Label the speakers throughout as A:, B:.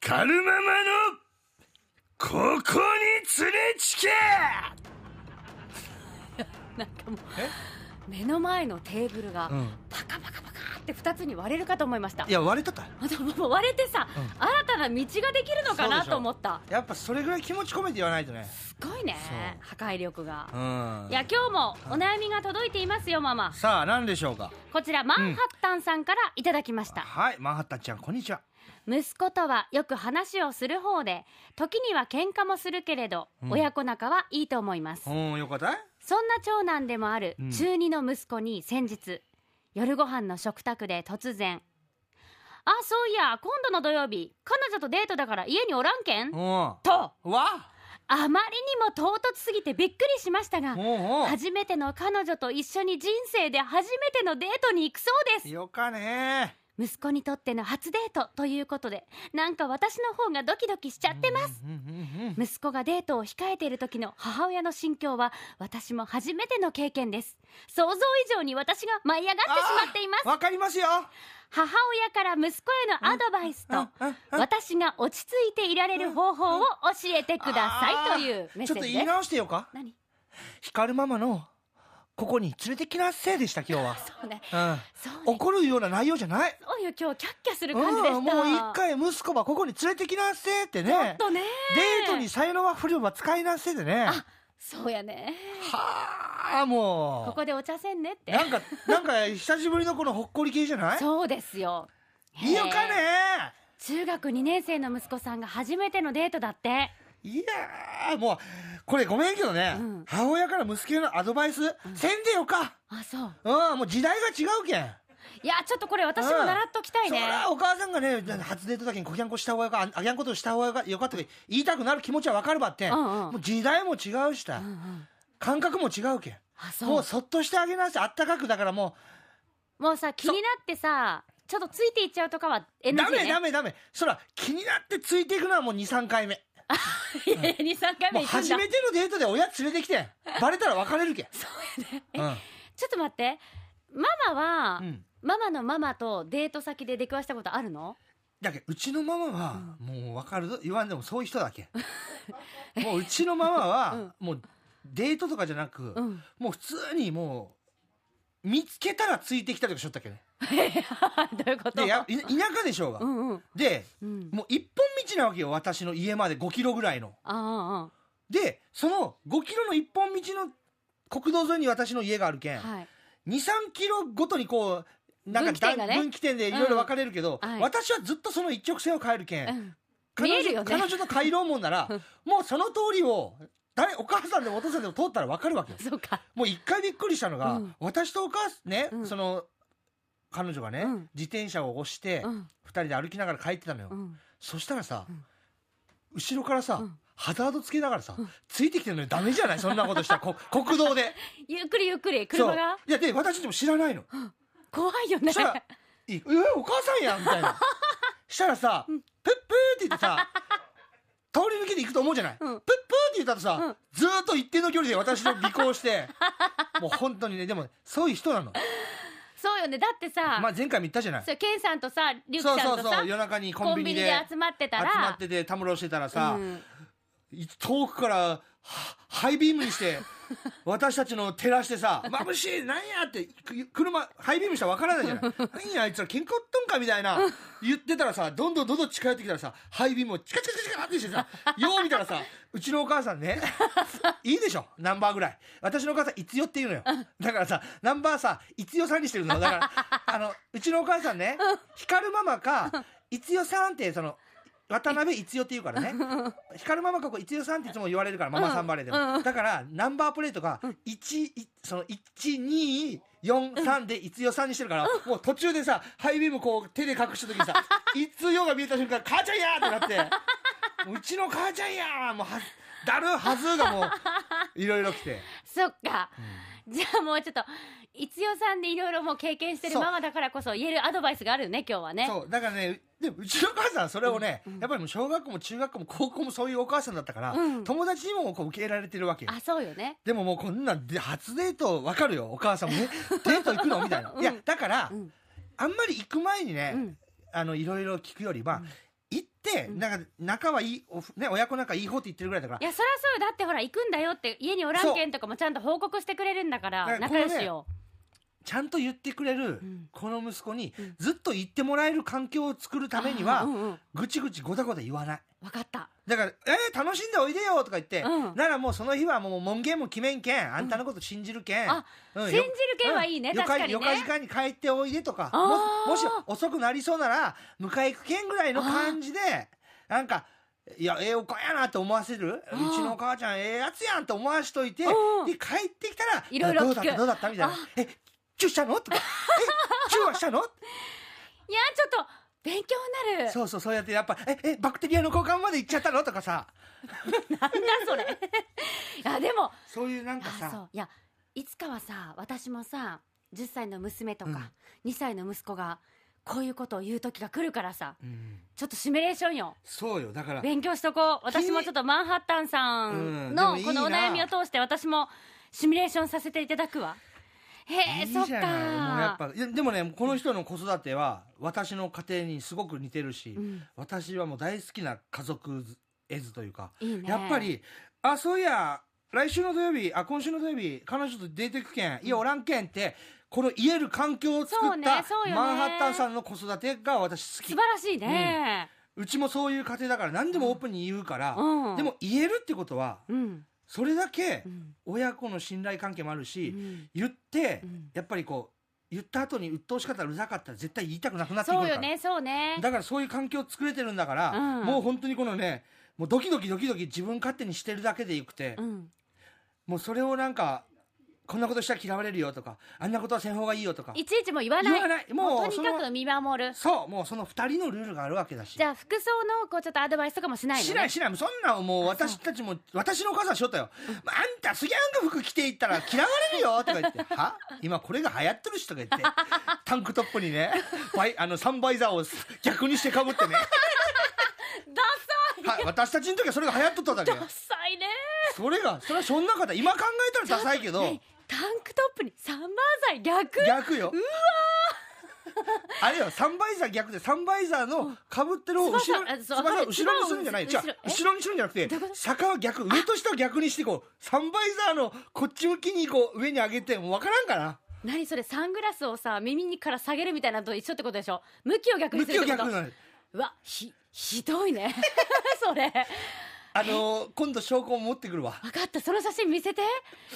A: カルママのここに連れちけ
B: なんかもう目の前のテーブルが
C: うん
B: パカパカパカって2つに割れるかと思いました
C: いや割れたか
B: でももう割れてさ、
C: うん
B: 新たな道ができるのか
C: そう
B: な
C: でしょ
B: と思った
C: やっぱそれぐらい気持ち込めて言わないとね
B: すごいね破壊力が、
C: うん
B: いや今日もお悩みが届いていますよママ
C: さあ何でしょうか
B: こちらマンハッタンさんからいただきました、
C: はいマンハッタンちゃんこんにちは
B: 息子とはよく話をする方で時には喧嘩もするけれど、
C: うん
B: 親子仲はいいと思います、
C: うんよかった
B: そんな長男でもある
C: うん
B: 中二の息子に先日夜ご飯の食卓で突然「あそういや今度の土曜日彼女とデートだから家におらんけん
C: うん」わ
B: と
C: あ
B: あまりにも唐突すぎてびっくりしましたが
C: うんう
B: 初めての彼女と一緒に人生で初めてのデートに行くそうで
C: んよかね
B: す息子にとっての初デートということでなんか私の方がドキドキしちゃってます
C: うんうんうんうん
B: 息子がデートを控えている時の母親の心境は私も初めての経験です想像以上に私が舞い上がってしまっています
C: わかりますよ
B: 母親から息子へのアドバイスと私が落ち着いていられる方法を教えてくださいというメッ
C: ち
B: セ
C: ょっ
B: ー
C: と
B: ジ
C: 言い
B: です
C: 直してよか
B: 何
C: 光ママのここに連れてきなせいでした今日
B: そうね
C: は、
B: そう
C: うん、
B: ね
C: 怒るような内容じゃない
B: そうよ今日キャッキャする
C: う
B: 感じでした
C: ん、もう一回息子ばここに連れてきなせいって
B: ちょ
C: ね
B: っとね
C: デートに才能は振れば使いなせいでね
B: あそうやね
C: はあもう
B: ここでお茶せんねって
C: なんかなんか久しぶりのこのほっこり系じゃない
B: そうですよ
C: いいよかね
B: 中学2年生の息子さんが初めてのデートだって
C: いやーもうこれごめんけどね、
B: うん
C: 母親から息子へのアドバイス、せんでよか
B: あそう
C: うんもう時代が違うけん
B: いやちょっとこれ私も習っときたい
C: そり
B: ね
C: ゃお母さんがね初デートだけにこきゃんこした方がよかああきゃんことした方がよかったとか言いたくなる気持ちは分かるばって、
B: うんう
C: も
B: ん
C: う時代も違うし
B: う
C: た
B: んうん
C: 感覚も違うけん
B: あそう
C: も
B: も
C: うそっとしてあげなさいあったかくだからも
B: うさ気になってさちょっとついていっちゃうとかは NG
C: う
B: ね
C: ダメ ダメダメそら気になってついていくのはもう23回目
B: 23回
C: もう
B: 目行くん
C: 初
B: だ
C: めてのデートで親連れてき てバレたら別れるけんそうやね
B: ちょっと待ってママは、
C: うん、うん
B: ママのママとデート先で出くわしたことあるの
C: だけどうちのママはもう分かるぞ言わんでもそういう人だけ もううちのママはもうデートとかじゃなく、
B: うん
C: もう普通にもう見つけたらついてきたりとかしょったっけね
B: どういうこと
C: でやい田舎でしょうが、
B: うんうん
C: で
B: うん
C: もう一本道なわけよ私の家まで5キロぐらいの
B: あああ
C: でその5キロの一本道の国道沿いに私の家があるけん、
B: あはい
C: 23キロごとにこうなんか
B: 分岐点がね
C: だ分岐点でいろいろ分かれるけど、
B: うんはい
C: 私はずっとその一直線を変えるけん、
B: うん
C: 彼女
B: 見えるよね
C: 彼女の回廊門ならもうその通りを誰お母さんでもお父さんでも通ったら分かるわけよ
B: そうか
C: もう一回びっくりしたのが、
B: うん
C: 私とお母さんね、
B: うん
C: その彼女がね、
B: うん
C: 自転車を押して、
B: う
C: 二
B: ん
C: 人で歩きながら帰ってたのよ、
B: うん
C: そしたらさ、
B: ん
C: 後ろからさ、
B: うん
C: ハザードつけながらさ、ついてきてるのよダメじゃないそんなことしたらこ 国道で
B: ゆっくりゆっくり車が
C: そういやで私たちも知らないの
B: 怖いよね
C: そしたら「いえお母さんや」みたい なしたらさ「プップー」って言ってさ通り抜けていくと思うじゃない、
B: うん
C: プップーって言ったらさ、
B: うん
C: ずーっと一定の距離で私と尾行して もう本当にねでもそういう人なの
B: そうよねだってさ、
C: まあ前回も言ったじゃない
B: そうケンさんとさリュウキ
C: そう
B: さ
C: そ
B: ん
C: う
B: と
C: そ
B: さ
C: う夜中にコ
B: コ
C: ンビ
B: ンビ
C: ニ
B: ニ
C: で
B: で集まってた
C: 集
B: ら
C: まっててたむろしてたらさ、
B: うん
C: 遠くからはハイビームにして私たちの照らしてさ「眩しいなんや!」ってく車ハイビームしたらわからないじゃない「なんやあいつら喧嘩売っとんか」みたいな言ってたらさどんどんどんどん近寄ってきたらさハイビームをチカチカチカチカってしてさよう見たらさうちのお母さんねいいでしょナンバーぐらい私のお母さん「いつよ」って言うのよだからさナンバーさ「いつよさん」にしてるのだからあのうちのお母さんね光るママか「いつよさん」ってその渡辺一代って言うからね光ママかこ一代さんっていつも言われるからママさんバレーでも、
B: うんうん
C: だからナンバープレートが1いその1243で一代さんにしてるから、もう途中でさハイビームこう手で隠した時 にさ一代が見えた瞬間「母ちゃんや!」ってなってもう「うちの母ちゃんやー!」もうはだるはずがもういろいろ来て、
B: そっか、じゃあもうちょっと一代さんでいろいろもう経験してる
C: そう
B: ママだからこそ言えるアドバイスがあるよね今日はね
C: そうだからねでもうちのお母さんはそれをね、やっぱりもう小学校も中学校も高校もそういうお母さんだったから、
B: うん
C: 友達にもこう受け入れられてるわけよ
B: あそうよね
C: でももうこんなんで初デートわかるよお母さ んもねデート行くのみたいな、
B: うん
C: いやだから、
B: うん
C: あんまり行く前にね、
B: うん
C: あのいろいろ聞くよりは、行ってって、なんか仲はいいおふ、ね、親子仲いい方って言ってるぐらいだから
B: いやそりゃそうよだってほら行くんだよって家におらんけんとかもちゃんと報告してくれるんだか
C: だ
B: ら
C: から
B: 仲良しよ、
C: ちゃんと言ってくれる
B: ん
C: この息子に
B: うん
C: ずっと言ってもらえる環境を作るために
B: あーうん
C: は
B: うん、
C: ぐちぐちごたごた言わない
B: 分かった
C: だから「えー、楽しんでおいでよ」とか言って、
B: うん
C: ならもうその日はもう門限も決めんけんあんたのこと信じるけん、うん
B: あ信じる件はいいね
C: うん
B: 確かにね
C: よかよか時間に帰っておいでとか
B: あー
C: もしもし遅くなりそうなら迎え行くけんぐらいの感じでなんかいやええおかんやなって思わせるう
B: あー
C: ちのお母ちゃんええやつやんって思わしといてで
B: うん
C: 帰ってきたら
B: いろいろ
C: ど
B: 聞
C: う
B: く
C: だったどうだったみたいな
B: あ
C: 「えチューしたの?」とか「えチューはした の?」
B: いやちょっと勉強になる
C: そうそうそうやってやっぱ「ええバクテリアの交換まで行っちゃったの?」とかさ
B: なんだそれいやでも
C: そういうなんか
B: あそう
C: さ
B: いやいつかはさ私もさ10歳の娘と
C: う
B: か
C: ん、
B: 2歳の息子がこういうことを言う時が来るからさ
C: うん
B: ちょっとシミュレーションよ
C: そうよだから
B: 勉強しとこう私もちょっとマンハッタンさ
C: うんん
B: の
C: でもいいな
B: このお悩みを通して私もシミュレーションさせていただくわへえ
C: いいじ
B: そ
C: ゃ
B: っか
C: ないもうやっぱいやでもねこの人の子育ては私の家庭にすごく似てるし、
B: うん
C: 私はもう大好きな家族絵図というか、
B: いいね
C: やっぱりあそういや来週の土曜日あ今週の土曜日彼女と出てくけんいやおらんけんってこの言える環境を作
B: そう
C: っ
B: ね
C: た、
B: そうよね
C: マンハッタンさんの子育てが私好
B: 素晴
C: き
B: らしいね
C: うちもそういう家庭だから何でもオープンに言うから、
B: うん
C: でも言えるってことは
B: うん
C: それだけ
B: うん
C: 親子の信頼関係もあるし、
B: うん
C: 言って、
B: うん
C: やっぱりこう言った後に鬱陶しかったらうざかったら絶対言いたくなくなってくる
B: そ
C: か
B: う
C: ら
B: よねそうね
C: だからそういう環境を作れてるんだから、
B: うん
C: もう本当にこのねもうドキドキドキドキ自分勝手にしてるだけでよくて、
B: うん
C: もうそれをなんかこんなことしたら嫌われるよとかあんなことはせん方がいいよとか
B: いちいちもう言わない
C: 言わないもう
B: とにか
C: そ
B: く見守る
C: そうもうその2人のルールがあるわけだし
B: じゃあ服装のこうちょっとアドバイスとかもしないのね
C: しないしないもうそんなんもう私たちも私のお母さんしよったよ、まあ、あんたすげえあんが服着ていったら嫌われるよとか言って は今これが流行ってるしとか言ってタンクトップにねバイあのサンバイザーを逆にしてかぶってね
B: ダ
C: は私たちの時はそれが流行っとっただけよ
B: ッサいね
C: それがそれはそんな方今考えたらダサいけど
B: ねタンクトップにサンバーザイ逆
C: 逆ようわあれよサンバイザー逆でサンバイザーのかぶってる方後ろ
B: 翼あそう
C: 翼を後ろにするんじゃない違う
B: 翼を後ろえ
C: 後ろにするんじゃなくて
B: どういうこと
C: 坂は逆上と下を逆にしてこうサンバイザーのこっち向きにこう上に上げてもう分からんかな
B: 何それサングラスをさ耳にから下げるみたいなのと一緒ってことでしょ向きを逆に
C: 向
B: する
C: き
B: っ
C: を
B: てこと
C: 逆なの
B: うわひひどいね それ
C: あのー今度証拠を持ってくるわ
B: 分かったその写真見せて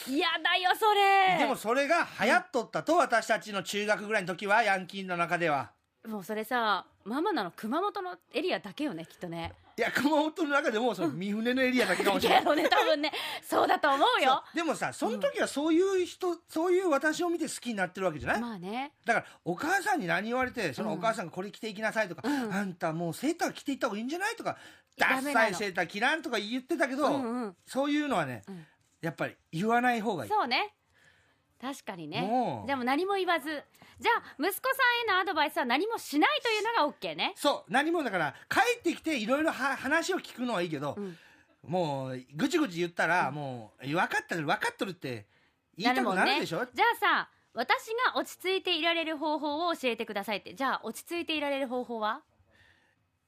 B: 嫌だよそれ
C: でもそれが流行っとったと私たちの中学ぐらいの時はヤンキーの中では
B: もうそれさママなの熊本のエリアだけよねきっとね
C: いや熊本の中でもその三船のエリアだけかも
B: だ
C: し
B: け
C: れない
B: やろうね多分ねそうだと思うよ
C: でもさその時はそういう人、そういう私を見て好きになってるわけじゃない、
B: まあね
C: だからお母さんに何言われてその
B: うん
C: お母さんがこれ着ていきなさいとか、
B: うん
C: あんたもうセーター着ていった方がいいんじゃないとかダ
B: ダ
C: ッ
B: メな
C: サ
B: の
C: いセーター着らんとか言ってたけど、
B: うんうん
C: そういうのはね、
B: ん
C: やっぱり言わない方がいい
B: そうね確かにね
C: もう
B: じゃあもう何も言わずじゃあ息子さんへのアドバイスは何もしないというのが OK ね
C: そう何もだから帰ってきていろいろは話を聞くのはいいけど、
B: うん
C: もうぐちぐち言ったら、もう分かった分かっとるって言いたくなるでしょ、
B: なもんねじゃあさ私が落ち着いていられる方法を教えてくださいってじゃあ落ち着いていられる方法は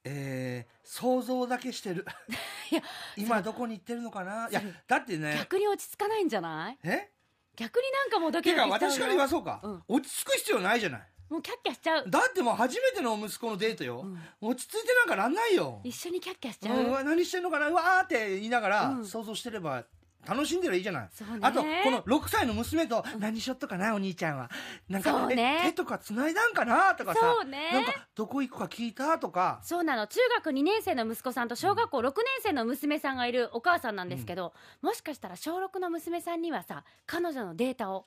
C: えー想像だけしてる
B: いや
C: 今どこに行ってるのかないや
B: それ
C: だってね
B: 逆に落ち着かないんじゃない
C: え
B: 逆になんかもうドキ
C: て
B: ドキ
C: か
B: しちゃう
C: 私から言わそうか、
B: うん
C: 落ち着く必要ないじゃない
B: もうキャッキャしちゃう
C: だってもう初めての息子のデートよ、落ち着いてなんかなんないよ、
B: 一緒にキャッキャしち
C: う
B: ゃう、
C: んうわ何してんのかなうわーって言いながら、
B: うん
C: 想像してれば楽しんでりゃいいじゃない
B: そうね
C: あとこの6歳の娘と「何しよっとかなお兄ちゃんは」なんか、
B: そうね
C: え手とかつないだんかなとかさ
B: そうね
C: なんかどこ行くか聞いたとか
B: そうなの中学2年生の息子さんと小学校6年生の娘さんがいるお母さんなんですけど、もしかしたら小6の娘さんにはさ彼女のデータを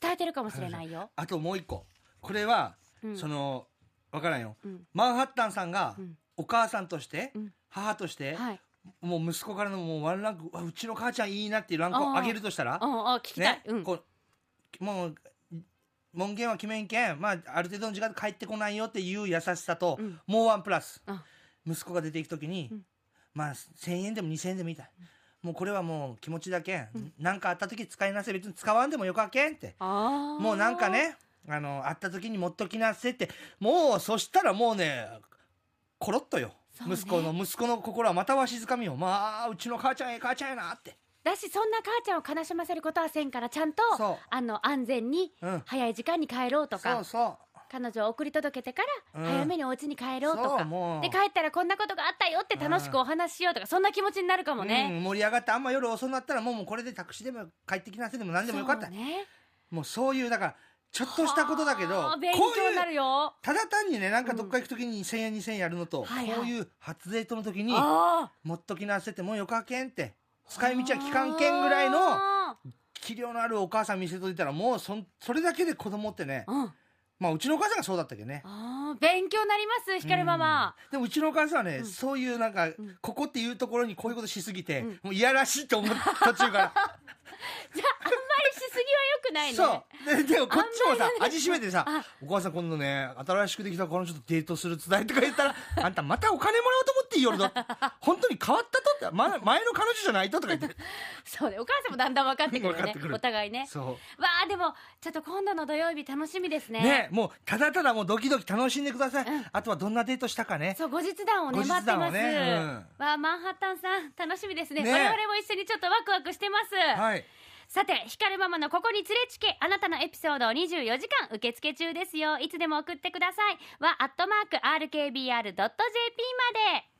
B: 伝えてるかもしれないよ、
C: あともう一個これは、
B: うん
C: そのわからんよ、
B: うん
C: マンハッタンさんが、
B: うん
C: お母さんとして、
B: うん
C: 母として、
B: はい
C: もう息子からのもうワンランクうわうちの母ちゃんいいなっていうランクを上げるとしたら
B: ああ聞きたい、
C: ね
B: うん
C: こうもう門限は決めんけん、まあ、ある程度の時間で帰ってこないよっていう優しさと、
B: うん
C: もうワンプラス
B: あ
C: 息子が出ていく時に、
B: うん
C: まあ1,000円でも2,000円でもいいたい、もうこれはもう気持ちだけん何、かあった時使いなせ別に使わんでもよかけんって
B: あー
C: もうなんかねあの会った時に持っときなせってもうそしたらもうねコロッとよ
B: そうね
C: 息子の息子の心はまたわしづかみよまあうちの母ちゃんええ母ちゃんやなって
B: だしそんな母ちゃんを悲しませることはせんからちゃんと
C: そう
B: あの安全に
C: うん
B: 早い時間に帰ろうとか、
C: そうそ
B: 彼女を送り届けてから
C: うん
B: 早めにお家に帰ろうと
C: そ
B: か、
C: うもう
B: で帰ったらこんなことがあったよって楽しくお話ししようとかそんな気持ちになるかも
C: う、
B: ね、
C: うん盛り上がってあんま夜遅くなったらもうもうこれでタクシーでも帰ってきなせでも何でもよかった
B: そうね
C: もうそういうだからちょっとしたことだけど
B: あー勉
C: こう
B: 強になる
C: いう
B: よ
C: ただ単にねなんかどっか行く時に1000円2000円やるのと、
B: はいはい
C: こういう初デートの時に
B: あー
C: もっときなせてもうよかけんって使い道は期間券ぐらいの
B: あ
C: 器量のあるお母さん見せといたらもうそんそれだけで子供ってね
B: ーうん
C: まあうちのお母さんがそうだったけどね
B: あー勉強になりますひかるママ
C: でもうちのお母さんはね、
B: うん
C: そういうなんか、
B: ん
C: ここっていうところにこういうことしすぎて、
B: うん
C: もういやらしいと思った途中から
B: じゃああんまりしすぎは良くないね
C: そうででもこっちも
B: あんま
C: さ
B: りね
C: 味しめてさ
B: あ
C: 「お母さん今度ね新しくできたこの人とデートするつだい」とか言った ら「あんたまたお金もらおうと思っていいよるぞ」本当に変わったとって、ま前の彼女じゃないと」とか言って
B: そう ねお母さんもだんだん分かってくるよ
C: 分か
B: ね
C: ってくる
B: お互いね
C: そ
B: わあでもちょっと今度の土曜日楽しみです
C: う
B: ね
C: ねもうただただもうドキドキ楽しんでください、
B: うん
C: あとはどんなデートしたかね
B: そう後日談をね
C: 後日
B: 待って
C: 談
B: ま
C: をね
B: す、
C: うん
B: わあマンハッタンさん楽しみですね
C: ね
B: 我々も一緒にちょっとワクワクしてます、
C: はい
B: さて光ママのここに連れちけあなたのエピソードを24時間受付中ですよいつでも送ってくださいはアットマーク RKBR.jp まで